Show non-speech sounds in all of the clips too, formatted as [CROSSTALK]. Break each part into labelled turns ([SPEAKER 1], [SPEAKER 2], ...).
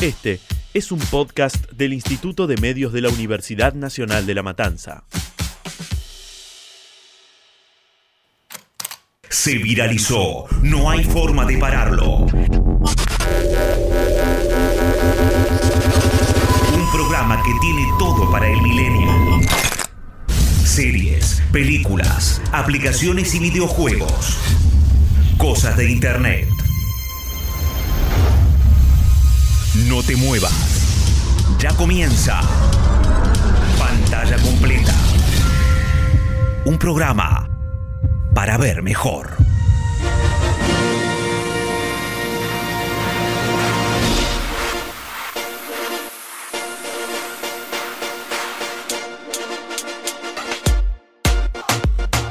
[SPEAKER 1] Este es un podcast del Instituto de Medios de la Universidad Nacional de La Matanza.
[SPEAKER 2] Se viralizó. No hay forma de pararlo. Un programa que tiene todo para el milenio. Series, películas, aplicaciones y videojuegos. Cosas de Internet. No te muevas. Ya comienza. Pantalla completa. Un programa para ver mejor.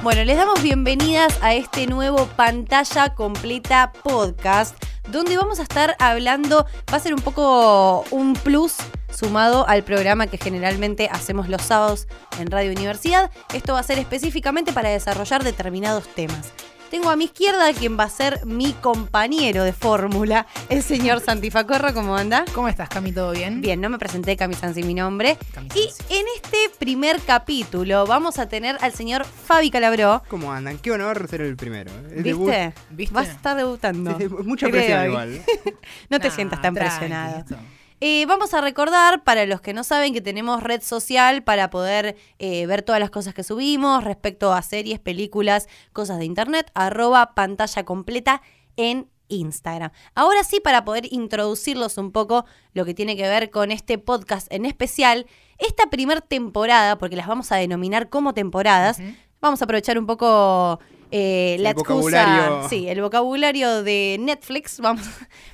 [SPEAKER 3] Bueno, les damos bienvenidas a este nuevo pantalla completa podcast, donde vamos a estar hablando, va a ser un poco un plus sumado al programa que generalmente hacemos los sábados en Radio Universidad. Esto va a ser específicamente para desarrollar determinados temas. Tengo a mi izquierda quien va a ser mi compañero de fórmula, el señor Santifacorro, ¿cómo anda?
[SPEAKER 4] ¿Cómo estás, Cami? ¿Todo bien?
[SPEAKER 3] Bien, no me presenté, Cami Sansi, mi nombre.
[SPEAKER 4] Cami
[SPEAKER 3] Y
[SPEAKER 4] Sansi.
[SPEAKER 3] en este primer capítulo vamos a tener al señor Fabi Calabró.
[SPEAKER 5] ¿Cómo andan? Qué honor ser el primero. Es debut.
[SPEAKER 3] ¿Viste?
[SPEAKER 4] ¿Viste?
[SPEAKER 3] Vas a estar debutando.
[SPEAKER 5] Es de- mucha
[SPEAKER 3] Creo.
[SPEAKER 5] presión igual.
[SPEAKER 3] [LAUGHS]
[SPEAKER 5] Ah,
[SPEAKER 3] No te
[SPEAKER 4] Nah,
[SPEAKER 3] sientas tan
[SPEAKER 4] Ah, tranqui,
[SPEAKER 3] presionado.
[SPEAKER 4] esto.
[SPEAKER 3] Eh, vamos a recordar, para los que no saben, que tenemos red social para poder eh, ver todas las cosas que subimos respecto a series, películas, cosas de internet, arroba pantalla completa en Instagram. Ahora sí, para poder introducirlos un poco lo que tiene que ver con este podcast en especial, esta primer temporada, porque las vamos a denominar como temporadas, vamos a aprovechar un poco... eh, la
[SPEAKER 5] El
[SPEAKER 3] excusa-
[SPEAKER 5] vocabulario.
[SPEAKER 3] sí, el vocabulario de Netflix, [LAUGHS] vamos,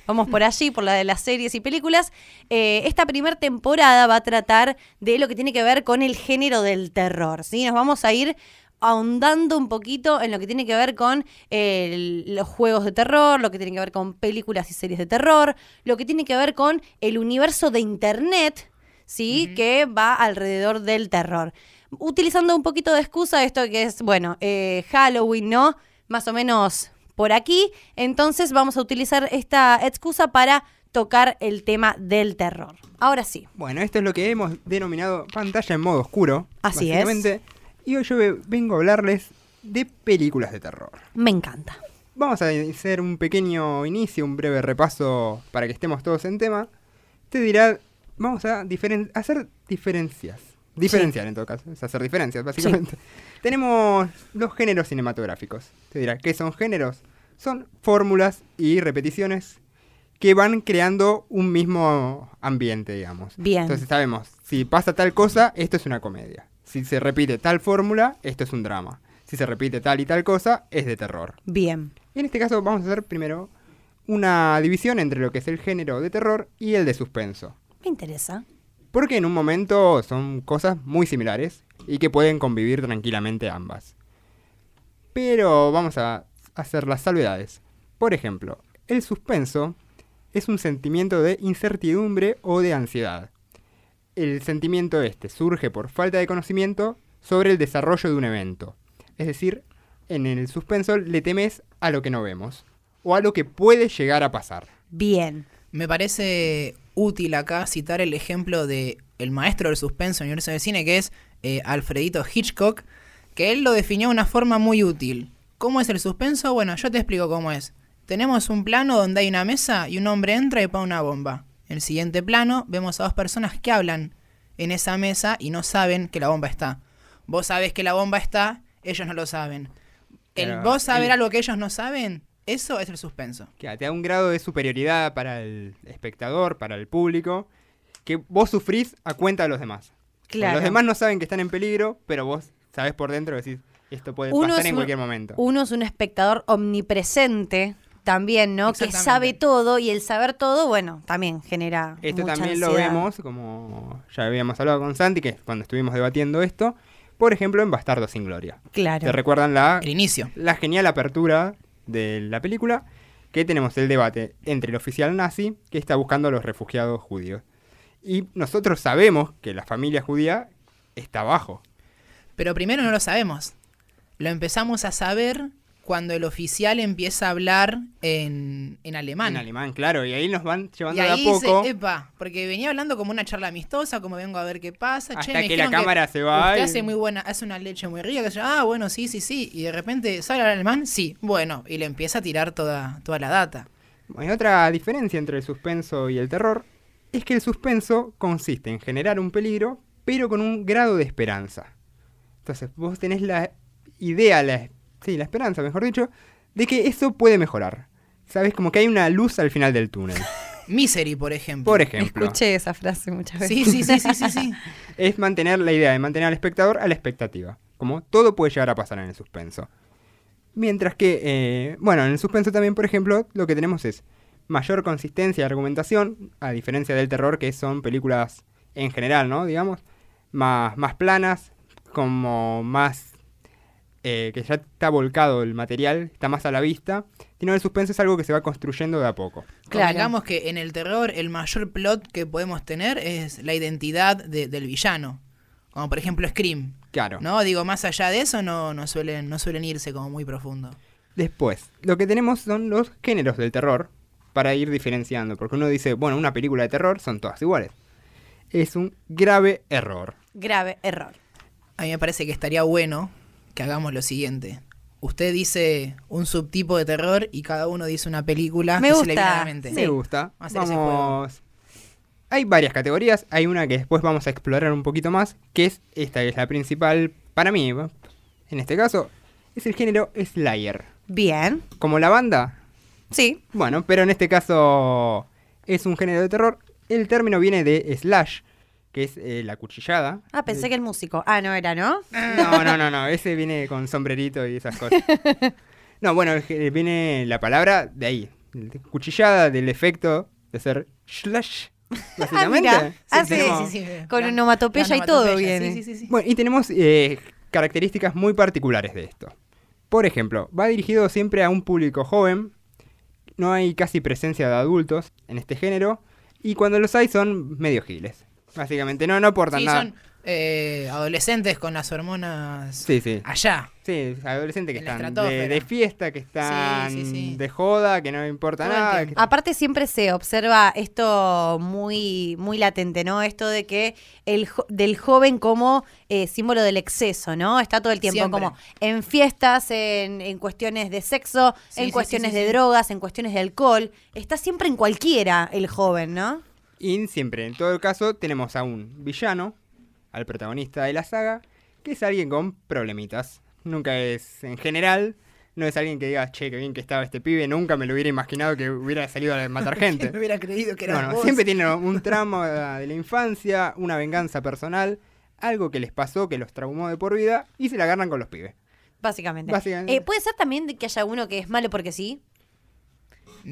[SPEAKER 3] vamos por allí, por la de las series y películas. Eh, esta primera temporada va a tratar de lo que tiene que ver con el género del terror, ¿sí? Nos vamos a ir ahondando un poquito en lo que tiene que ver con eh, los juegos de terror, lo que tiene que ver con películas y series de terror, lo que tiene que ver con el universo de Internet, ¿sí? Que va alrededor del terror. Utilizando un poquito de excusa esto que es, bueno, eh, Halloween, ¿no? Más o menos por aquí. Entonces vamos a utilizar esta excusa para tocar el tema del terror. Ahora sí.
[SPEAKER 5] Bueno, esto es lo que hemos denominado pantalla en modo oscuro.
[SPEAKER 3] Así es.
[SPEAKER 5] básicamente. Y hoy yo ve- vengo a hablarles de películas de terror.
[SPEAKER 3] Me encanta.
[SPEAKER 5] Vamos a hacer un pequeño inicio, un breve repaso para que estemos todos en tema. Te dirá, vamos a diferen- hacer diferencias. Diferenciar en todo caso, es hacer diferencias básicamente. [LAUGHS] Tenemos los géneros cinematográficos. Te dirá, ¿qué son géneros? Son fórmulas y repeticiones que van creando un mismo ambiente, digamos.
[SPEAKER 3] Bien.
[SPEAKER 5] Entonces sabemos, si pasa tal cosa, esto es una comedia. Si se repite tal fórmula, esto es un drama. Si se repite tal y tal cosa, es de terror.
[SPEAKER 3] Bien.
[SPEAKER 5] En este caso vamos a hacer primero una división entre lo que es el género de terror y el de suspenso.
[SPEAKER 3] Me interesa.
[SPEAKER 5] Porque en un momento son cosas muy similares y que pueden convivir tranquilamente ambas. Pero vamos a hacer las salvedades. Por ejemplo, el suspenso es un sentimiento de incertidumbre o de ansiedad. El sentimiento este surge por falta de conocimiento sobre el desarrollo de un evento. Es decir, en el suspenso le temes a lo que no vemos o a lo que puede llegar a pasar.
[SPEAKER 3] Bien.
[SPEAKER 4] Me parece útil acá citar el ejemplo de el maestro del suspenso en el universo del cine, que es eh, Alfredito Hitchcock, que él lo definió de una forma muy útil. ¿Cómo es el suspenso? Bueno, yo te explico cómo es. Tenemos un plano donde hay una mesa y un hombre entra y pone una bomba. En el siguiente plano vemos a dos personas que hablan en esa mesa y no saben que la bomba está. Vos sabés que la bomba está, ellos no lo saben. El
[SPEAKER 5] Claro,
[SPEAKER 4] vos saber
[SPEAKER 5] el-
[SPEAKER 4] algo que ellos no saben, eso es el suspenso.
[SPEAKER 5] Claro, te da un grado de superioridad para el espectador, para el público, que vos sufrís a cuenta de los demás.
[SPEAKER 3] Claro.
[SPEAKER 5] Los demás no saben que están en peligro, pero vos sabés por dentro que decís, esto puede pasar en
[SPEAKER 3] un-
[SPEAKER 5] cualquier momento.
[SPEAKER 3] Uno es un espectador omnipresente también, ¿no? Que
[SPEAKER 4] Exactamente.
[SPEAKER 3] sabe todo y el saber todo, bueno, también genera.
[SPEAKER 5] Esto
[SPEAKER 3] mucha
[SPEAKER 5] Este también lo
[SPEAKER 3] ansiedad.
[SPEAKER 5] vemos, como ya habíamos hablado con Santi, que es cuando estuvimos debatiendo esto, por ejemplo, en Bastardo sin Gloria. ¿Te
[SPEAKER 3] Claro.
[SPEAKER 5] recuerdan la,
[SPEAKER 4] El inicio.
[SPEAKER 5] la genial apertura de la película? Que tenemos el debate entre el oficial nazi que está buscando a los refugiados judíos. Y nosotros sabemos que la familia judía está abajo.
[SPEAKER 4] Pero primero no lo sabemos. Lo empezamos a saber cuando el oficial empieza a hablar en, en alemán.
[SPEAKER 5] En alemán, claro. Y ahí nos van
[SPEAKER 4] Y
[SPEAKER 5] llevando de a
[SPEAKER 4] ahí
[SPEAKER 5] poco.
[SPEAKER 4] se, epa, porque venía hablando como una charla amistosa, como vengo a ver qué pasa. che,
[SPEAKER 5] Hasta
[SPEAKER 4] me
[SPEAKER 5] que la
[SPEAKER 4] dijeron
[SPEAKER 5] cámara se va
[SPEAKER 4] Usted
[SPEAKER 5] y-
[SPEAKER 4] hace muy buena, hace una leche muy rica, que yo, ah, bueno, sí, sí, sí. Y de repente, ¿sabe hablar alemán? Sí, bueno. Y le empieza a tirar toda, toda la data.
[SPEAKER 5] Bueno, otra diferencia entre el suspenso y el terror es que el suspenso consiste en generar un peligro, pero con un grado de esperanza. Entonces, vos tenés la idea, la, sí, la esperanza, mejor dicho, de que eso puede mejorar. Sabes, como que hay una luz al final del túnel.
[SPEAKER 4] Misery, por ejemplo. [LAUGHS]
[SPEAKER 5] Por ejemplo,
[SPEAKER 3] Escuché esa frase muchas veces.
[SPEAKER 4] Sí, sí, sí, sí, sí,
[SPEAKER 5] [LAUGHS]
[SPEAKER 4] sí.
[SPEAKER 5] es mantener la idea de mantener al espectador a la expectativa. Como todo puede llegar a pasar en el suspenso. Mientras que, eh, bueno, en el suspenso también, por ejemplo, lo que tenemos es mayor consistencia de argumentación, a diferencia del terror, que son películas en general, ¿no? Digamos, más, más planas, como más... eh, que ya está volcado el material, está más a la vista, sino el suspenso es algo que se va construyendo de a poco.
[SPEAKER 3] Claro.
[SPEAKER 4] Digamos que en el terror el mayor plot que podemos tener es la identidad de- del villano. Como por ejemplo Scream.
[SPEAKER 5] Claro.
[SPEAKER 4] No, digo, más allá de eso no, no, suelen, no suelen irse como muy profundo.
[SPEAKER 5] Después, lo que tenemos son los géneros del terror para ir diferenciando, porque uno dice, bueno, una película de terror son todas iguales. Es un grave error.
[SPEAKER 3] Grave error.
[SPEAKER 4] A mí me parece que estaría bueno que hagamos lo siguiente. Usted dice un subtipo de terror y cada uno dice una película
[SPEAKER 3] Me
[SPEAKER 4] que se le viene a
[SPEAKER 3] gusta,
[SPEAKER 4] la mente.
[SPEAKER 3] sí.
[SPEAKER 5] Me gusta.
[SPEAKER 4] Vamos a hacer ese
[SPEAKER 5] Vamos. Hay varias categorías, hay una que después vamos a explorar un poquito más, que es esta, que es la principal para mí, ¿va? en este caso, es el género Slayer.
[SPEAKER 3] Bien.
[SPEAKER 5] Como la banda,
[SPEAKER 3] Sí.
[SPEAKER 5] Bueno, pero en este caso es un género de terror. El término viene de slash, que es eh, la cuchillada.
[SPEAKER 3] Ah, pensé que el músico. Ah, no era, ¿no?
[SPEAKER 5] No, no, no, no. Ese viene con sombrerito y esas
[SPEAKER 3] [LAUGHS]
[SPEAKER 5] cosas. No, bueno, es que viene la palabra de ahí. de Cuchillada del efecto de ser slash.
[SPEAKER 3] [LAUGHS]
[SPEAKER 5] Básicamente.
[SPEAKER 3] mira. Ah, sí,
[SPEAKER 5] tenemos-
[SPEAKER 3] sí, Con onomatopeya y todo viene.
[SPEAKER 4] Sí, sí, sí, sí.
[SPEAKER 5] Bueno, y tenemos eh, características muy particulares de esto. Por ejemplo, va dirigido siempre a un público joven, no hay casi presencia de adultos en este género, y cuando los hay son medio giles. Básicamente, no, no aportan
[SPEAKER 4] Sí,
[SPEAKER 5] nada.
[SPEAKER 4] son eh, adolescentes con las hormonas
[SPEAKER 5] Sí, sí.
[SPEAKER 4] allá.
[SPEAKER 5] Sí, adolescentes que
[SPEAKER 4] En la
[SPEAKER 5] están de,
[SPEAKER 4] estratosfera.
[SPEAKER 5] de fiesta, que están
[SPEAKER 4] Sí, sí, sí.
[SPEAKER 5] de joda, que no importa
[SPEAKER 4] Todo el
[SPEAKER 5] nada.
[SPEAKER 4] tiempo.
[SPEAKER 5] que-
[SPEAKER 3] Aparte siempre se observa esto muy, muy latente, ¿no? Esto de que el jo- del joven como eh, símbolo del exceso, ¿no? Está todo el tiempo
[SPEAKER 4] Siempre.
[SPEAKER 3] como en fiestas, en, en cuestiones de sexo,
[SPEAKER 4] Sí,
[SPEAKER 3] en
[SPEAKER 4] sí,
[SPEAKER 3] cuestiones
[SPEAKER 4] sí, sí,
[SPEAKER 3] de
[SPEAKER 4] sí.
[SPEAKER 3] drogas, en cuestiones de alcohol. Está siempre en cualquiera el joven, ¿no?
[SPEAKER 5] Y siempre, en todo caso, tenemos a un villano, al protagonista de la saga, que es alguien con problemitas. Nunca es, en general, no es alguien que diga, che, qué bien que estaba este pibe, nunca me lo hubiera imaginado que hubiera salido a matar
[SPEAKER 4] [LAUGHS]
[SPEAKER 5] gente.
[SPEAKER 4] Me hubiera creído que era
[SPEAKER 5] Bueno,
[SPEAKER 4] vos.
[SPEAKER 5] siempre tiene un trauma de la infancia, una venganza personal, algo que les pasó, que los traumó de por vida, y se la agarran con los pibes.
[SPEAKER 3] Básicamente.
[SPEAKER 5] Básicamente.
[SPEAKER 3] Eh, Puede ser también de que haya uno que es malo porque sí.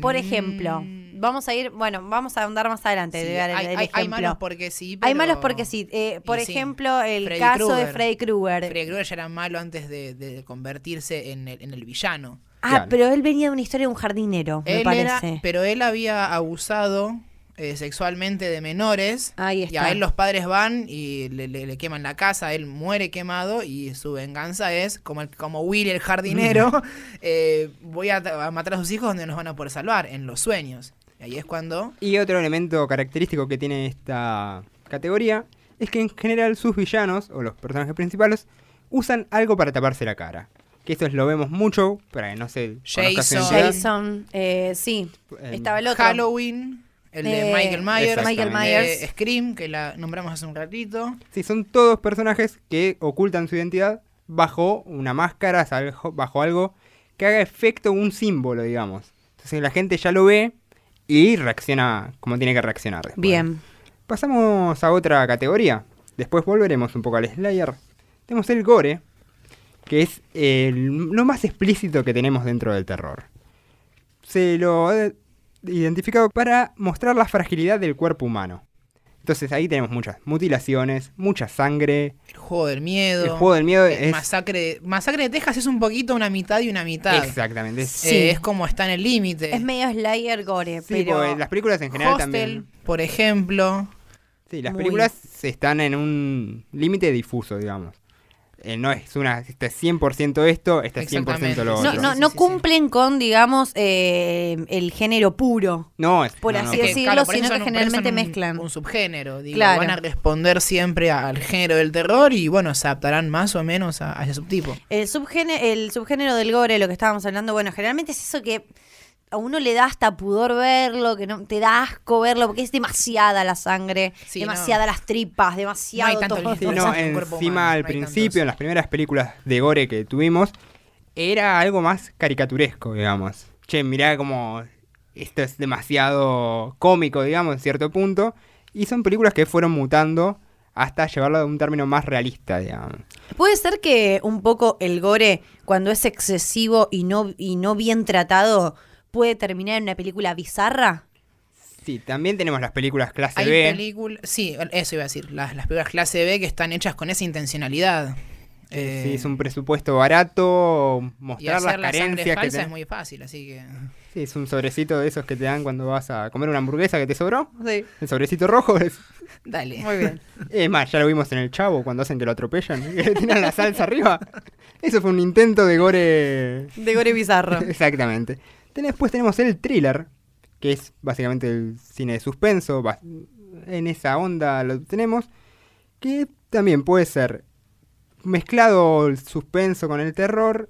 [SPEAKER 3] Por ejemplo, vamos a ir, bueno, vamos a ahondar más adelante.
[SPEAKER 4] Mm. Sí,
[SPEAKER 3] de dar el-
[SPEAKER 4] hay,
[SPEAKER 3] el
[SPEAKER 4] hay- hay
[SPEAKER 3] ejemplo.
[SPEAKER 4] malos porque sí.
[SPEAKER 3] Hay
[SPEAKER 4] pero-
[SPEAKER 3] malos porque sí. Eh, por
[SPEAKER 4] Y sí.
[SPEAKER 3] ejemplo, el
[SPEAKER 4] Freddy
[SPEAKER 3] caso de
[SPEAKER 4] Krueger.
[SPEAKER 3] Freddy Krueger.
[SPEAKER 4] Freddy Krueger ya era malo antes de, de convertirse en el, en el villano.
[SPEAKER 3] Ah,
[SPEAKER 5] Claro.
[SPEAKER 3] pero él venía de una historia de un jardinero, me
[SPEAKER 4] Él era-
[SPEAKER 3] parece.
[SPEAKER 4] pero él había abusado eh, sexualmente de menores.
[SPEAKER 3] Ahí
[SPEAKER 4] Y
[SPEAKER 3] está.
[SPEAKER 4] a él los padres van y le, le- le queman la casa. Él muere quemado y su venganza es, como, el- como Willy el jardinero,
[SPEAKER 3] Mm.
[SPEAKER 4] [LAUGHS] eh, voy a, a matar a sus hijos donde nos van a poder salvar, en los sueños. Y ahí es cuando...
[SPEAKER 5] Y otro elemento característico que tiene esta categoría es que en general sus villanos o los personajes principales usan algo para taparse la cara. Que esto es- lo vemos mucho, para que no se conozca su
[SPEAKER 4] Jason.
[SPEAKER 5] identidad.
[SPEAKER 3] Jason, eh, sí,
[SPEAKER 5] Em,
[SPEAKER 3] estaba el otro.
[SPEAKER 4] Halloween, el de
[SPEAKER 3] Eh,
[SPEAKER 4] Michael Myers.
[SPEAKER 5] Michael
[SPEAKER 3] Myers.
[SPEAKER 4] eh, Scream, que la nombramos hace un ratito.
[SPEAKER 5] Sí, son todos personajes que ocultan su identidad bajo una máscara, sal- bajo algo que haga efecto un símbolo, digamos. Entonces la gente ya lo ve y reacciona como tiene que reaccionar. después.
[SPEAKER 3] Bien.
[SPEAKER 5] Pasamos a otra categoría. Después volveremos un poco al Slayer. Tenemos el gore, que es el- lo más explícito que tenemos dentro del terror. Se lo ha identificado para mostrar la fragilidad del cuerpo humano. Entonces ahí tenemos muchas mutilaciones, mucha sangre.
[SPEAKER 4] El juego del miedo.
[SPEAKER 5] El juego del miedo
[SPEAKER 4] eh,
[SPEAKER 5] es-
[SPEAKER 4] Masacre, masacre de Texas es un poquito una mitad y una mitad.
[SPEAKER 5] Exactamente. es-
[SPEAKER 4] Eh,
[SPEAKER 3] Sí.
[SPEAKER 4] es como está en el límite.
[SPEAKER 3] Es medio Slayer gore,
[SPEAKER 5] sí,
[SPEAKER 3] pero
[SPEAKER 4] pues,
[SPEAKER 5] porque las películas en general
[SPEAKER 4] Hostel,
[SPEAKER 5] también.
[SPEAKER 4] por ejemplo.
[SPEAKER 5] Sí, las
[SPEAKER 3] Muy.
[SPEAKER 5] películas están en un límite difuso, digamos. eh, no es una, este es 100% esto, este es 100%
[SPEAKER 4] Exactamente.
[SPEAKER 5] lo otro.
[SPEAKER 3] No,
[SPEAKER 4] Sí,
[SPEAKER 3] no,
[SPEAKER 4] sí,
[SPEAKER 3] no
[SPEAKER 4] sí, sí.
[SPEAKER 3] cumplen con, digamos, eh, el género puro.
[SPEAKER 5] No, es-
[SPEAKER 3] Por
[SPEAKER 5] no,
[SPEAKER 3] así
[SPEAKER 5] no,
[SPEAKER 3] decir. decirlo,
[SPEAKER 4] por
[SPEAKER 3] sino
[SPEAKER 4] eso
[SPEAKER 3] que
[SPEAKER 4] son un-
[SPEAKER 3] generalmente
[SPEAKER 4] por eso son un-
[SPEAKER 3] mezclan.
[SPEAKER 4] Un subgénero, digo,
[SPEAKER 3] Claro.
[SPEAKER 4] van a responder siempre al género del terror y bueno, se adaptarán más o menos a, a ese subtipo.
[SPEAKER 3] El, subgéne- el subgénero del gore, lo que estábamos hablando, bueno, generalmente es eso que a uno le da hasta pudor verlo, que no te da asco verlo, porque es demasiada la sangre,
[SPEAKER 4] Sí,
[SPEAKER 3] demasiada
[SPEAKER 4] no.
[SPEAKER 3] las tripas, demasiado
[SPEAKER 4] tanto
[SPEAKER 3] todo.
[SPEAKER 4] líquido.
[SPEAKER 5] Sí, no, eh.
[SPEAKER 4] Un cuerpo humano,
[SPEAKER 5] encima al
[SPEAKER 4] no hay
[SPEAKER 5] principio,
[SPEAKER 4] tantos.
[SPEAKER 5] en las primeras películas de gore que tuvimos, era algo más caricaturesco, digamos. Che, mirá como esto es demasiado cómico, digamos, en cierto punto. Y son películas que fueron mutando hasta llevarlo a un término más realista, digamos.
[SPEAKER 3] Puede ser que un poco el gore, cuando es excesivo y no, y no bien tratado, puede terminar en una película bizarra.
[SPEAKER 5] Sí, también tenemos las películas clase
[SPEAKER 4] Hay
[SPEAKER 5] B.
[SPEAKER 4] películas, sí, eso iba a decir, las, las películas clase B que están hechas con esa intencionalidad. Eh,
[SPEAKER 5] Sí, es un presupuesto barato,
[SPEAKER 4] y
[SPEAKER 5] mostrar las
[SPEAKER 4] hacer la sangre
[SPEAKER 5] carencias que
[SPEAKER 4] falsa es
[SPEAKER 5] tenés.
[SPEAKER 4] muy fácil, así que...
[SPEAKER 5] Sí, es un sobrecito de esos que te dan cuando vas a comer una hamburguesa que te sobró.
[SPEAKER 3] Sí,
[SPEAKER 5] El sobrecito rojo es
[SPEAKER 4] Dale.
[SPEAKER 3] muy bien.
[SPEAKER 5] Es más, ya lo vimos en el Chavo cuando hacen que lo atropellan, [LAUGHS] que le tiran la salsa arriba. Eso fue un intento de gore.
[SPEAKER 3] De gore bizarro.
[SPEAKER 5] Exactamente. Ten- Después tenemos el thriller, que es básicamente el cine de suspenso. bas- En esa onda lo tenemos. Que también puede ser mezclado el suspenso con el terror.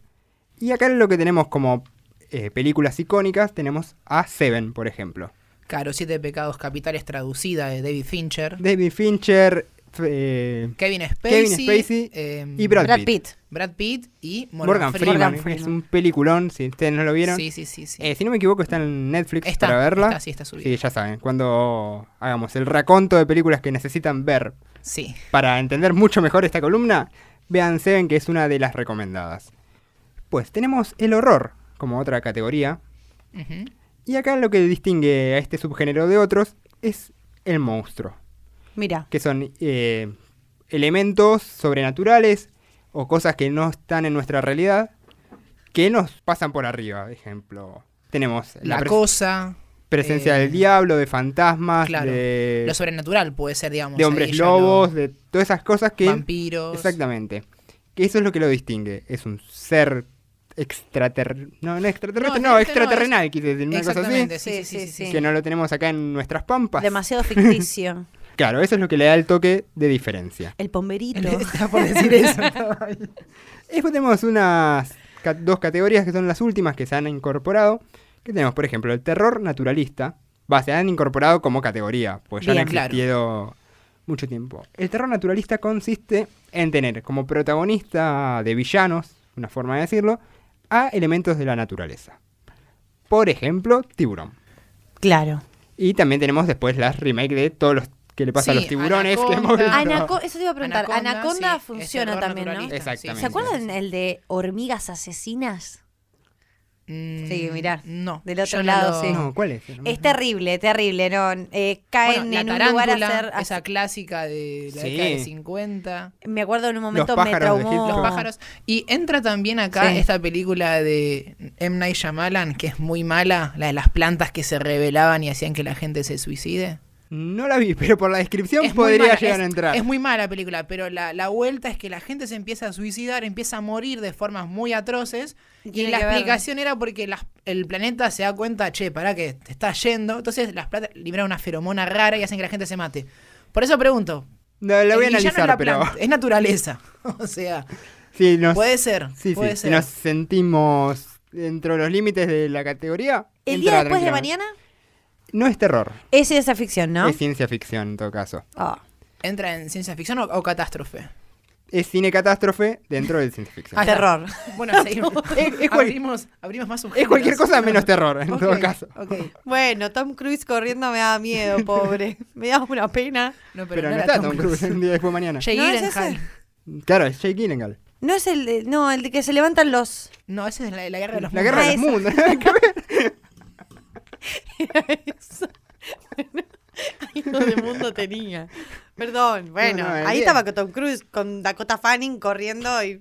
[SPEAKER 5] Y acá lo que tenemos como eh, películas icónicas, tenemos a Seven, por ejemplo.
[SPEAKER 4] Claro, Siete Pecados Capitales traducida de David Fincher.
[SPEAKER 5] David Fincher, eh,
[SPEAKER 4] Kevin Spacey.
[SPEAKER 5] Kevin Spacey
[SPEAKER 4] eh,
[SPEAKER 5] y [LAUGHS] Brad,
[SPEAKER 3] Brad
[SPEAKER 5] Pitt.
[SPEAKER 3] Pitt.
[SPEAKER 4] Brad Pitt y
[SPEAKER 5] Morgan, Freeman.
[SPEAKER 3] Morgan Freeman.
[SPEAKER 5] Es un peliculón, si ustedes no lo vieron.
[SPEAKER 4] Sí, sí, sí. sí.
[SPEAKER 5] Eh, si no me equivoco, está en Netflix
[SPEAKER 4] Está,
[SPEAKER 5] para verla.
[SPEAKER 4] está, sí, está subida.
[SPEAKER 5] Sí, ya saben, cuando hagamos el raconto de películas que necesitan ver
[SPEAKER 4] sí.
[SPEAKER 5] para entender mucho mejor esta columna, vean Seven, que es una de las recomendadas. Pues tenemos el horror como otra categoría.
[SPEAKER 4] Ujú.
[SPEAKER 5] Y acá lo que distingue a este subgénero de otros es el monstruo
[SPEAKER 3] Mira.
[SPEAKER 5] que son eh, elementos sobrenaturales o cosas que no están en nuestra realidad que nos pasan por arriba. Por ejemplo, tenemos la,
[SPEAKER 4] La,
[SPEAKER 5] pres-
[SPEAKER 4] cosa.
[SPEAKER 5] presencia
[SPEAKER 4] eh,
[SPEAKER 5] del diablo, de fantasmas,
[SPEAKER 4] Claro.
[SPEAKER 5] de,
[SPEAKER 4] Lo sobrenatural puede ser, digamos.
[SPEAKER 5] eh, de
[SPEAKER 4] ahí
[SPEAKER 5] hombres
[SPEAKER 4] ya
[SPEAKER 5] lobos,
[SPEAKER 4] lo-
[SPEAKER 5] de todas esas cosas que...
[SPEAKER 4] vampiros.
[SPEAKER 5] Exactamente. Que eso es lo que lo distingue. Es un ser extraterrenal. No, no extraterrestre, no,
[SPEAKER 4] No, extraterrestre no,
[SPEAKER 5] extraterrenal, quise decir, una cosa así.
[SPEAKER 4] Exactamente, sí, sí, sí. sí, sí.
[SPEAKER 5] Que no lo tenemos acá en nuestras pampas.
[SPEAKER 3] Demasiado ficticio.
[SPEAKER 5] [LAUGHS] Claro, eso es lo que le da el toque de diferencia.
[SPEAKER 3] El pomberito.
[SPEAKER 4] Estaba por decir eso.
[SPEAKER 5] Después tenemos unas ca- dos categorías que son las últimas que se han incorporado. Que tenemos, por ejemplo, el terror naturalista. Va, se han incorporado como categoría, pues ya
[SPEAKER 4] Bien,
[SPEAKER 5] han
[SPEAKER 4] claro.
[SPEAKER 5] existido mucho tiempo. El terror naturalista consiste en tener como protagonista de villanos, una forma de decirlo, a elementos de la naturaleza. Por ejemplo, tiburón.
[SPEAKER 3] Claro.
[SPEAKER 5] Y también tenemos después las remake de todos los que le [LAUGHS] pasa a
[SPEAKER 4] Sí,
[SPEAKER 5] los tiburones. que
[SPEAKER 4] Anaconda.
[SPEAKER 5] hemos visto.
[SPEAKER 3] Anaco- eso te iba a preguntar. Anaconda,
[SPEAKER 4] sí, es
[SPEAKER 3] funciona
[SPEAKER 4] terror
[SPEAKER 3] también, ¿no?
[SPEAKER 4] naturalista, sí,
[SPEAKER 5] Exactamente.
[SPEAKER 3] ¿Se acuerdan el de hormigas asesinas?
[SPEAKER 4] Mm,
[SPEAKER 3] Sí, mirá,
[SPEAKER 4] No.
[SPEAKER 3] del otro
[SPEAKER 4] yo no
[SPEAKER 3] lado,
[SPEAKER 4] lo-
[SPEAKER 3] sí.
[SPEAKER 5] No, ¿cuál es?
[SPEAKER 3] Es terrible, terrible, ¿no? Eh,
[SPEAKER 4] Bueno,
[SPEAKER 3] caen
[SPEAKER 4] la
[SPEAKER 3] en un lugar a
[SPEAKER 4] tarántula,
[SPEAKER 3] hacer... a-
[SPEAKER 4] esa clásica de la
[SPEAKER 5] Sí.
[SPEAKER 4] década de 50.
[SPEAKER 3] Me acuerdo en un momento
[SPEAKER 5] Los
[SPEAKER 3] me
[SPEAKER 5] pájaros de
[SPEAKER 3] traumó.
[SPEAKER 5] Hitchcock.
[SPEAKER 4] Los pájaros. Y entra también acá
[SPEAKER 3] Ah. Sí.
[SPEAKER 4] esta película de M. Night Shyamalan, que es muy mala, la de las plantas que se revelaban y hacían que la gente se suicide.
[SPEAKER 5] No la vi, pero por la descripción
[SPEAKER 4] Es muy
[SPEAKER 5] podría
[SPEAKER 4] mala,
[SPEAKER 5] llegar
[SPEAKER 4] es-
[SPEAKER 5] a entrar.
[SPEAKER 4] Es muy mala la película, pero la, la vuelta es que la gente se empieza a suicidar, empieza a morir de formas muy atroces. Y
[SPEAKER 3] Tiene
[SPEAKER 4] la
[SPEAKER 3] que ver.
[SPEAKER 4] explicación era porque las- el planeta se da cuenta, che, pará que te está yendo. Entonces las plantas liberan una feromona rara y hacen que la gente se mate. Por eso pregunto.
[SPEAKER 5] No, la voy a
[SPEAKER 4] el villano es
[SPEAKER 5] analizar,
[SPEAKER 4] la
[SPEAKER 5] pero.
[SPEAKER 4] planta, Es naturaleza. [LAUGHS] O sea,
[SPEAKER 5] [LAUGHS] Sí, nos,
[SPEAKER 4] puede ser.
[SPEAKER 5] sí, sí,
[SPEAKER 4] puede
[SPEAKER 5] si
[SPEAKER 4] ser.
[SPEAKER 5] nos sentimos dentro de los límites de la categoría.
[SPEAKER 3] ¿El
[SPEAKER 5] entra
[SPEAKER 3] día después de
[SPEAKER 5] tranquilamente.
[SPEAKER 3] mañana?
[SPEAKER 5] No es terror,
[SPEAKER 3] Es esa ficción, ¿no?
[SPEAKER 5] es ciencia ficción en todo caso.
[SPEAKER 3] Ah.
[SPEAKER 4] ¿Entra en ciencia ficción o, o catástrofe?
[SPEAKER 5] Es cine catástrofe dentro del ciencia ficción.
[SPEAKER 4] Ah, ya.
[SPEAKER 3] Terror.
[SPEAKER 4] [LAUGHS] Bueno, seguimos.
[SPEAKER 5] Es- es cual-
[SPEAKER 4] abrimos, abrimos más un
[SPEAKER 5] [LAUGHS] es cualquier cosa menos terror en todo caso.
[SPEAKER 3] Bueno, Tom Cruise corriendo me da [LAUGHS] miedo, pobre. me da una pena.
[SPEAKER 4] No, pero, no
[SPEAKER 5] Pero, no
[SPEAKER 4] era
[SPEAKER 5] está
[SPEAKER 4] Tom
[SPEAKER 5] Tom
[SPEAKER 4] Cruise.
[SPEAKER 5] Cruise el día después
[SPEAKER 3] [LAUGHS]
[SPEAKER 5] de mañana.
[SPEAKER 4] Jake
[SPEAKER 3] ¿No es
[SPEAKER 4] Gyllenhaal.
[SPEAKER 3] ese?
[SPEAKER 5] Claro, es Jake Gyllenhaal.
[SPEAKER 3] No es el de, no, el de que se levantan [LAUGHS] los
[SPEAKER 4] No, esa es la, la guerra de los
[SPEAKER 5] La guerra
[SPEAKER 3] Ah,
[SPEAKER 5] de los
[SPEAKER 3] esa. [LAUGHS]
[SPEAKER 5] [LAUGHS] mundos. nada que ver.
[SPEAKER 3] Hijo de mundo tenía. Perdón, bueno,
[SPEAKER 5] No, no, el
[SPEAKER 3] ahí
[SPEAKER 5] día-
[SPEAKER 3] estaba con Tom Cruise, con Dakota Fanning corriendo y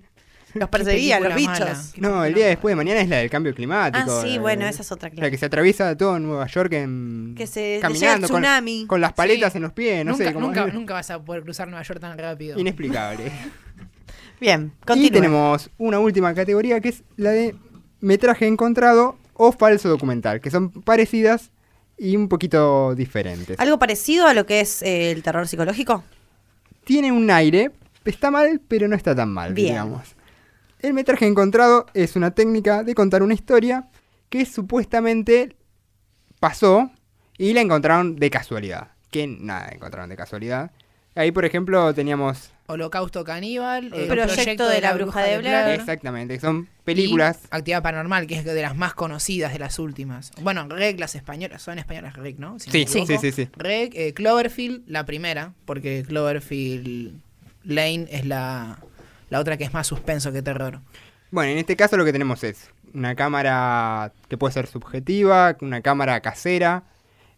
[SPEAKER 3] los perseguía, los bichos.
[SPEAKER 4] película mala.
[SPEAKER 5] no, el día después de mañana es la del cambio climático.
[SPEAKER 3] Ah, sí,
[SPEAKER 5] eh,
[SPEAKER 3] bueno, esa es otra,
[SPEAKER 5] La
[SPEAKER 3] claro.
[SPEAKER 5] que se atraviesa todo Nueva York en,
[SPEAKER 3] Que se- le
[SPEAKER 5] caminando
[SPEAKER 3] llega el
[SPEAKER 5] con-
[SPEAKER 3] tsunami.
[SPEAKER 5] Con, las paletas
[SPEAKER 4] Sí.
[SPEAKER 5] en los pies, no
[SPEAKER 4] nunca,
[SPEAKER 5] sé. cómo-
[SPEAKER 3] [LAUGHS]
[SPEAKER 4] nunca, nunca vas a poder cruzar Nueva York tan rápido.
[SPEAKER 5] Inexplicable.
[SPEAKER 3] Bien,
[SPEAKER 5] Y
[SPEAKER 3] continúe.
[SPEAKER 5] tenemos una última categoría que es la de metraje encontrado o falso documental, que son parecidas y un poquito diferentes.
[SPEAKER 3] ¿Algo parecido a lo que es eh, el terror psicológico?
[SPEAKER 5] Tiene un aire, está mal, pero no está tan mal,
[SPEAKER 3] Bien.
[SPEAKER 5] digamos. El metraje encontrado es una técnica de contar una historia que supuestamente pasó y la encontraron de casualidad. Que nada, encontraron de casualidad. Ahí, por ejemplo, teníamos...
[SPEAKER 4] Holocausto Caníbal, eh,
[SPEAKER 3] Proyecto de la Bruja de Blair.
[SPEAKER 5] Exactamente, son películas.
[SPEAKER 4] y Actividad Paranormal, que es de las más conocidas, de las últimas. Bueno, REC, las españolas, son españolas REC, ¿no? Si no
[SPEAKER 5] Sí,
[SPEAKER 4] me equivoco.
[SPEAKER 5] sí, sí, sí.
[SPEAKER 4] REC, eh, Cloverfield, la primera, porque Cloverfield Lane es la, la otra que es más suspenso que terror.
[SPEAKER 5] Bueno, en este caso lo que tenemos es una cámara que puede ser subjetiva, una cámara casera,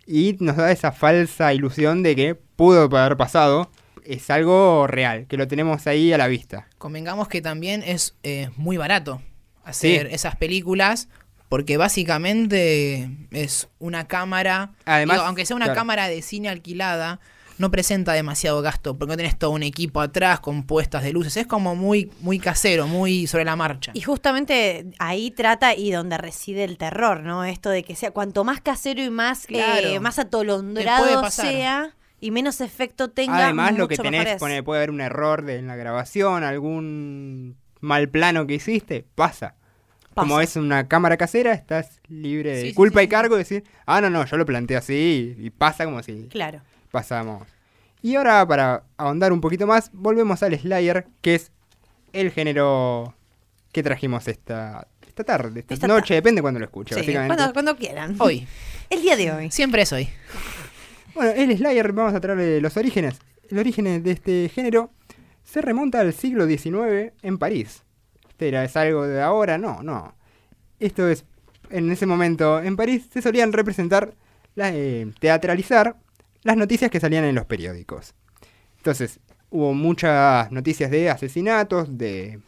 [SPEAKER 5] y nos da esa falsa ilusión de que pudo haber pasado. Es algo real, que lo tenemos ahí a la vista.
[SPEAKER 4] Convengamos que también es eh, muy barato hacer
[SPEAKER 5] Sí.
[SPEAKER 4] esas películas porque básicamente es una cámara,
[SPEAKER 5] Además,
[SPEAKER 4] digo, aunque sea una
[SPEAKER 5] claro.
[SPEAKER 4] cámara de cine alquilada, no presenta demasiado gasto porque no tenés todo un equipo atrás con puestas de luces, es como muy muy casero, muy sobre la marcha.
[SPEAKER 3] Y justamente ahí trata y donde reside el terror, ¿no? Esto de que sea cuanto más casero y más,
[SPEAKER 4] Claro.
[SPEAKER 3] eh, más
[SPEAKER 4] Te puede
[SPEAKER 3] atolondrado
[SPEAKER 4] pasar.
[SPEAKER 3] sea y menos efecto tenga.
[SPEAKER 5] Además, lo que
[SPEAKER 3] mucho mejor
[SPEAKER 5] tenés,
[SPEAKER 3] es.
[SPEAKER 5] pone- puede haber un error de- en la grabación, algún mal plano que hiciste, pasa. Como
[SPEAKER 3] Pasa.
[SPEAKER 5] es una cámara casera, estás libre de
[SPEAKER 4] Sí, sí,
[SPEAKER 5] culpa
[SPEAKER 4] sí,
[SPEAKER 5] y cargo de decir, ah, no, no, yo lo planteé así y pasa como si
[SPEAKER 3] Claro.
[SPEAKER 5] pasamos. Y ahora, para ahondar un poquito más, volvemos al Slayer, que es el género que trajimos esta, esta tarde, esta,
[SPEAKER 3] Esta
[SPEAKER 5] noche,
[SPEAKER 3] ta-
[SPEAKER 5] depende cuando lo escuche,
[SPEAKER 3] Sí,
[SPEAKER 5] básicamente.
[SPEAKER 3] Cuando, cuando quieran.
[SPEAKER 4] Hoy,
[SPEAKER 3] [LAUGHS] El día de hoy.
[SPEAKER 4] siempre es hoy.
[SPEAKER 5] Bueno, el Slayer, vamos a traerle los orígenes. El origen de este género se remonta al siglo XIX en París. Este era, ¿Es algo de ahora? No, no. Esto es, en ese momento en París se solían representar, la- eh, teatralizar las noticias que salían en los periódicos. Entonces, hubo muchas noticias de asesinatos, de,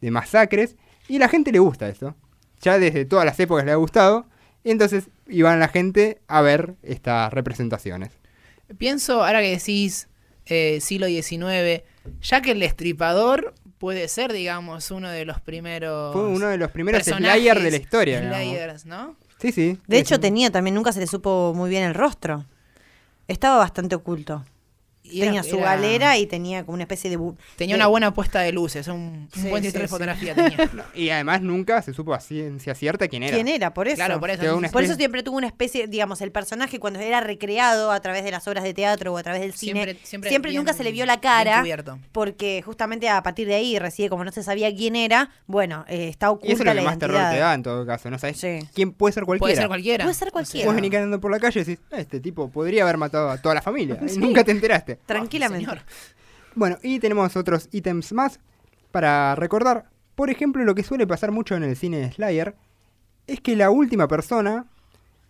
[SPEAKER 5] de masacres, y a la gente le gusta eso. Ya desde todas las épocas le ha gustado, y entonces iban la gente a ver estas representaciones.
[SPEAKER 4] Pienso, ahora que decís eh, siglo XIX, ya que el destripador puede ser, digamos, uno de los primeros...
[SPEAKER 5] Fue uno de los primeros
[SPEAKER 4] personajes,
[SPEAKER 5] Slayer de la historia. digamos.
[SPEAKER 4] Slayers, ¿no?
[SPEAKER 5] Sí, sí.
[SPEAKER 3] De
[SPEAKER 5] Sí,
[SPEAKER 3] hecho,
[SPEAKER 5] sí.
[SPEAKER 3] tenía también, nunca se le supo muy bien el rostro. Estaba bastante oculto.
[SPEAKER 4] Y
[SPEAKER 3] tenía
[SPEAKER 4] era-
[SPEAKER 3] su
[SPEAKER 4] era-
[SPEAKER 3] galera y tenía como una especie de. bu-
[SPEAKER 4] Tenía
[SPEAKER 3] de-
[SPEAKER 4] una buena puesta de luces, un, un
[SPEAKER 3] Sí,
[SPEAKER 4] buen
[SPEAKER 3] sí,
[SPEAKER 4] director de
[SPEAKER 3] sí. [LAUGHS]
[SPEAKER 4] fotografía tenía.
[SPEAKER 5] Y además nunca se supo a ciencia cierta quién era.
[SPEAKER 3] ¿Quién era? Por eso.
[SPEAKER 4] claro, por eso.
[SPEAKER 5] Quedó
[SPEAKER 4] sí,
[SPEAKER 5] una
[SPEAKER 4] sí,
[SPEAKER 3] Por
[SPEAKER 5] Sí.
[SPEAKER 3] eso siempre tuvo una especie, digamos, el personaje cuando era recreado a través de las obras de teatro o a través del cine,
[SPEAKER 4] Siempre-
[SPEAKER 3] siempre,
[SPEAKER 4] siempre bien-
[SPEAKER 3] nunca se le vio
[SPEAKER 4] bien
[SPEAKER 3] la cara,
[SPEAKER 4] cubierto.
[SPEAKER 3] porque justamente a partir de ahí recibe, como no se sabía quién era, bueno, eh, está oculta
[SPEAKER 5] Y eso es lo
[SPEAKER 3] la
[SPEAKER 5] que más terror
[SPEAKER 3] identidad.
[SPEAKER 5] te da en todo caso, ¿no sabes?
[SPEAKER 3] Sí.
[SPEAKER 5] ¿Quién puede ser
[SPEAKER 4] sí.
[SPEAKER 5] cualquiera?
[SPEAKER 4] Puede ser cualquiera.
[SPEAKER 3] Puede ser
[SPEAKER 4] No sé.
[SPEAKER 3] cualquiera.
[SPEAKER 5] Vos venís caminando por la calle y decís, "Ah, este tipo podría haber matado a toda la familia. Y nunca te enteraste.
[SPEAKER 3] Tranquilamente.
[SPEAKER 4] Oh, Señor.
[SPEAKER 5] Bueno, y tenemos otros ítems más para recordar. Por ejemplo, lo que suele pasar mucho en el cine de Slayer es que la última persona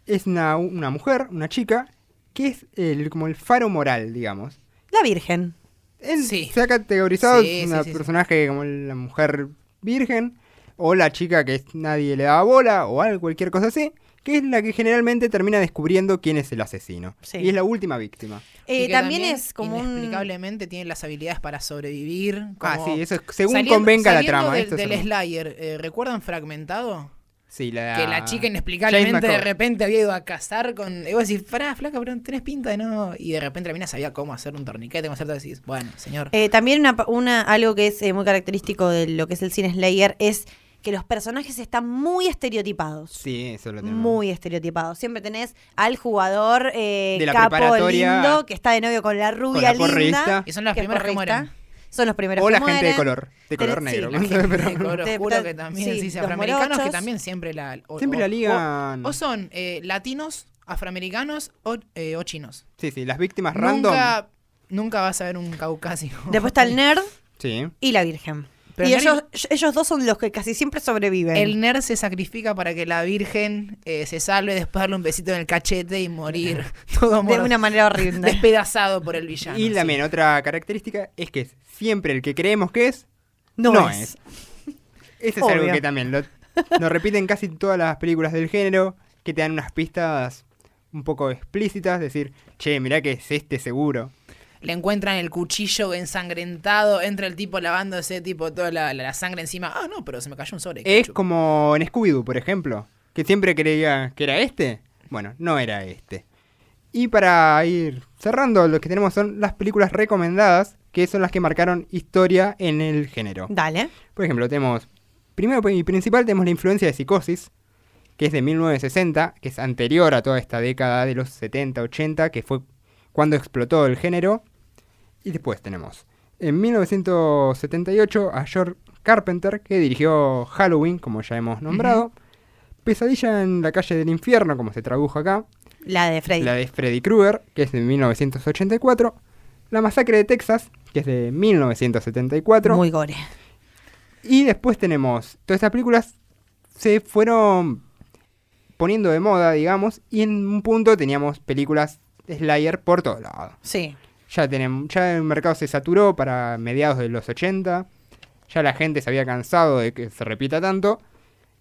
[SPEAKER 5] es una, una mujer, una chica, que es el, como el faro moral, digamos.
[SPEAKER 3] la Virgen.
[SPEAKER 5] En-
[SPEAKER 4] Sí.
[SPEAKER 5] Se ha categorizado
[SPEAKER 4] Sí,
[SPEAKER 5] una
[SPEAKER 4] sí, sí, sí.
[SPEAKER 5] personaje como la mujer virgen o la chica que es- nadie le daba bola o algo, cualquier cosa así, que es la que generalmente termina descubriendo quién es el asesino.
[SPEAKER 3] Sí.
[SPEAKER 5] Y es la última víctima.
[SPEAKER 3] Eh,
[SPEAKER 4] Y que
[SPEAKER 3] también, es como un...
[SPEAKER 4] Inexplicablemente tiene las habilidades para sobrevivir.
[SPEAKER 5] Ah,
[SPEAKER 4] como-
[SPEAKER 5] sí, eso es según
[SPEAKER 4] Saliendo-
[SPEAKER 5] convenga la
[SPEAKER 4] saliendo
[SPEAKER 5] trama.
[SPEAKER 4] del-
[SPEAKER 5] esto es
[SPEAKER 4] del
[SPEAKER 5] hermoso.
[SPEAKER 4] Slayer, eh, ¿recuerdan Fragmentado?
[SPEAKER 5] Sí, la...
[SPEAKER 4] Que la chica
[SPEAKER 5] James
[SPEAKER 4] inexplicablemente de
[SPEAKER 5] McAvoy.
[SPEAKER 4] repente había ido a cazar con. Y vos decís, pará, flaca, pero tenés pinta de no. Y de repente la mina sabía cómo hacer un torniquete, cómo hacer todo. y Decís, bueno, señor.
[SPEAKER 3] Eh, también una, una- algo que es eh, muy característico de lo que es el cine Slayer es que los personajes están muy estereotipados.
[SPEAKER 5] Sí, eso lo tenemos.
[SPEAKER 3] Muy estereotipado. Siempre tenés al jugador eh,
[SPEAKER 5] De la
[SPEAKER 3] capo
[SPEAKER 5] preparatoria.
[SPEAKER 3] lindo que está de novio con la rubia
[SPEAKER 5] Con la porrista.
[SPEAKER 3] linda.
[SPEAKER 4] Y son los
[SPEAKER 3] que es
[SPEAKER 4] primeros que
[SPEAKER 3] porrista.
[SPEAKER 4] mueren.
[SPEAKER 3] Son los primeros
[SPEAKER 5] O
[SPEAKER 3] que
[SPEAKER 5] la gente de
[SPEAKER 3] mueren.
[SPEAKER 5] color, de color
[SPEAKER 3] Tenés- sí,
[SPEAKER 5] negro.
[SPEAKER 3] la [LAUGHS]
[SPEAKER 5] [LAUGHS]
[SPEAKER 3] gente
[SPEAKER 5] Pero-
[SPEAKER 4] de color
[SPEAKER 3] Te-
[SPEAKER 4] oscuro
[SPEAKER 3] te-
[SPEAKER 4] que también,
[SPEAKER 3] sí,
[SPEAKER 4] sí, sí,
[SPEAKER 3] los
[SPEAKER 4] afroamericanos que
[SPEAKER 3] morochos.
[SPEAKER 4] también siempre la. o-
[SPEAKER 5] Siempre
[SPEAKER 4] o-
[SPEAKER 5] la ligan.
[SPEAKER 4] O, o son eh, latinos, afroamericanos o, eh, o chinos.
[SPEAKER 5] Sí, sí, las víctimas Ah, random.
[SPEAKER 4] Nunca, nunca vas a ver un caucásico.
[SPEAKER 3] Después está el
[SPEAKER 4] [LAUGHS]
[SPEAKER 3] nerd
[SPEAKER 5] Sí.
[SPEAKER 3] y la virgen.
[SPEAKER 4] Pero
[SPEAKER 3] y
[SPEAKER 4] el nerd-
[SPEAKER 3] ellos, ellos dos son los que casi siempre sobreviven.
[SPEAKER 4] El nerd se sacrifica para que la virgen eh, se salve después darle un besito en el cachete y
[SPEAKER 3] [LAUGHS]
[SPEAKER 4] morir. Todo
[SPEAKER 3] de
[SPEAKER 4] moro-
[SPEAKER 3] una manera
[SPEAKER 4] [LAUGHS]
[SPEAKER 3] horrible.
[SPEAKER 4] despedazado por el villano.
[SPEAKER 5] Y
[SPEAKER 4] sí.
[SPEAKER 5] también otra característica es que es siempre el que creemos que es, no,
[SPEAKER 3] No
[SPEAKER 5] es. [LAUGHS]
[SPEAKER 3] es.
[SPEAKER 5] Eso es
[SPEAKER 3] Obvio.
[SPEAKER 5] algo que también lo, lo repiten casi todas las películas del género, que te dan unas pistas un poco explícitas, decir, che, mirá que es este seguro.
[SPEAKER 4] le encuentran el cuchillo ensangrentado, entra el tipo lavándose, tipo, toda la, la- la sangre encima. Ah, no, pero se me cayó un sobre. de
[SPEAKER 5] Es
[SPEAKER 4] ketchup.
[SPEAKER 5] como en Scooby-Doo, por ejemplo, que siempre creía que era este. Bueno, no era este. Y para ir cerrando, lo que tenemos son las películas recomendadas, que son las que marcaron historia en el género.
[SPEAKER 3] Dale.
[SPEAKER 5] Por ejemplo, tenemos, primero pues, y principal, tenemos la influencia de Psicosis, que es de 1960, que es anterior a toda esta década de los 70, 80, que fue cuando explotó el género. Y después tenemos, en 1978, a George Carpenter, que dirigió Halloween, como ya hemos nombrado. Pesadilla en la calle del infierno, como se tradujo acá.
[SPEAKER 3] La de Freddy.
[SPEAKER 5] La de Freddy Krueger, que es de 1984. La masacre de Texas, que es de 1974.
[SPEAKER 3] Muy gore.
[SPEAKER 5] Y después tenemos, todas estas películas se fueron poniendo de moda, digamos, y en un punto teníamos películas de Slayer por todos lados.
[SPEAKER 3] Sí.
[SPEAKER 5] Ya, tenem- ya el mercado se saturó para mediados de los 80, ya la gente se había cansado de que se repita tanto,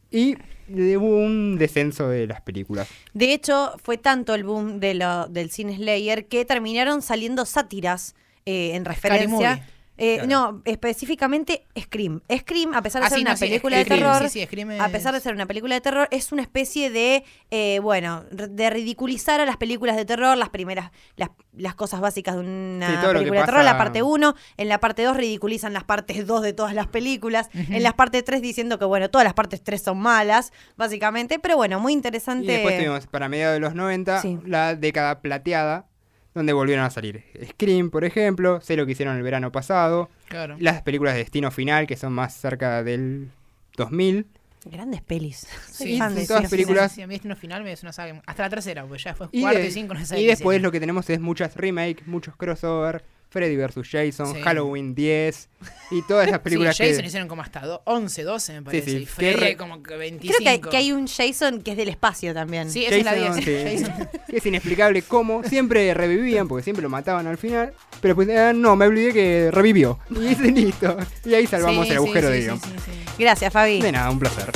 [SPEAKER 5] y de- hubo un descenso de las películas.
[SPEAKER 3] De hecho, fue tanto el boom de lo- del cine Slayer que terminaron saliendo sátiras eh, en
[SPEAKER 4] Movie.
[SPEAKER 3] referencia. Eh, No, específicamente Scream. Scream, a pesar de
[SPEAKER 4] Ah,
[SPEAKER 3] ser
[SPEAKER 4] sí,
[SPEAKER 3] una
[SPEAKER 4] no, sí,
[SPEAKER 3] película de
[SPEAKER 4] Scream,
[SPEAKER 3] terror,
[SPEAKER 4] sí, sí, Scream
[SPEAKER 3] a pesar de
[SPEAKER 4] es-
[SPEAKER 3] ser una película de terror, es una especie de, eh, bueno, r- de ridiculizar a las películas de terror, las primeras, las, las cosas básicas de una
[SPEAKER 5] Sí, todo lo que
[SPEAKER 3] película de terror, la
[SPEAKER 5] pasa-
[SPEAKER 3] parte 1, en la parte 2 ridiculizan las partes 2 de todas las películas, en la parte 3 diciendo que, bueno, todas las partes 3 son malas, básicamente, pero bueno, muy interesante.
[SPEAKER 5] Y después tuvimos, para mediados de los 90,
[SPEAKER 3] Sí.
[SPEAKER 5] la década plateada, donde volvieron a salir Scream, por ejemplo, sé lo que hicieron el verano pasado.
[SPEAKER 4] Claro.
[SPEAKER 5] las películas de Destino Final, que son más cerca del 2000.
[SPEAKER 3] Grandes pelis. Soy
[SPEAKER 4] Sí,
[SPEAKER 3] fan de
[SPEAKER 5] son todas
[SPEAKER 3] esas
[SPEAKER 5] películas.
[SPEAKER 4] Sí, sí, a mí Destino final me es una saga. Hasta la tercera, pues ya después
[SPEAKER 5] Y,
[SPEAKER 4] cuarto
[SPEAKER 5] de-
[SPEAKER 4] y cinco no sé
[SPEAKER 5] y después lo que tenemos es muchas remakes, muchos crossover, Freddy vs. Jason,
[SPEAKER 4] Sí.
[SPEAKER 5] Halloween 10 y todas esas películas
[SPEAKER 4] [LAUGHS] sí, Jason
[SPEAKER 5] que...
[SPEAKER 4] hicieron como hasta do- 11, 12 me parece.
[SPEAKER 5] sí,
[SPEAKER 4] Y Freddy
[SPEAKER 5] que re-
[SPEAKER 4] como que
[SPEAKER 3] Creo
[SPEAKER 4] 25.
[SPEAKER 3] que hay, que hay un Jason que es del espacio también.
[SPEAKER 4] Sí, esa es la 10.
[SPEAKER 5] Jason, sí.
[SPEAKER 4] [LAUGHS] Jason.
[SPEAKER 5] Que [LAUGHS] es inexplicable cómo siempre revivían, porque siempre lo mataban al final, pero pues ah, no, me olvidé que revivió. Y [LAUGHS] es listo. Y ahí salvamos
[SPEAKER 4] Sí, sí,
[SPEAKER 5] el agujero
[SPEAKER 4] sí,
[SPEAKER 5] de
[SPEAKER 4] sí,
[SPEAKER 5] guión.
[SPEAKER 4] sí, sí.
[SPEAKER 3] Gracias, Fabi.
[SPEAKER 5] De nada, un placer.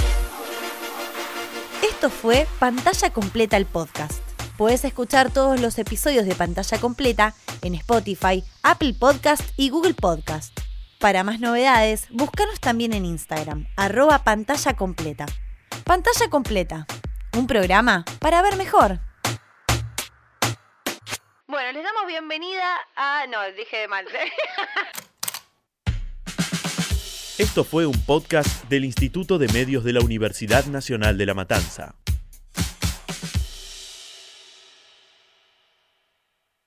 [SPEAKER 3] Esto fue Pantalla Completa el podcast. Puedes escuchar todos los episodios de Pantalla Completa en Spotify, Apple Podcast y Google Podcast. Para más novedades, búscanos también en Instagram, arroba pantalla completa. Pantalla completa, un programa para ver mejor. Bueno, les damos bienvenida a... No, dije mal. [LAUGHS]
[SPEAKER 1] Esto fue un podcast del Instituto de Medios de la Universidad Nacional de La Matanza.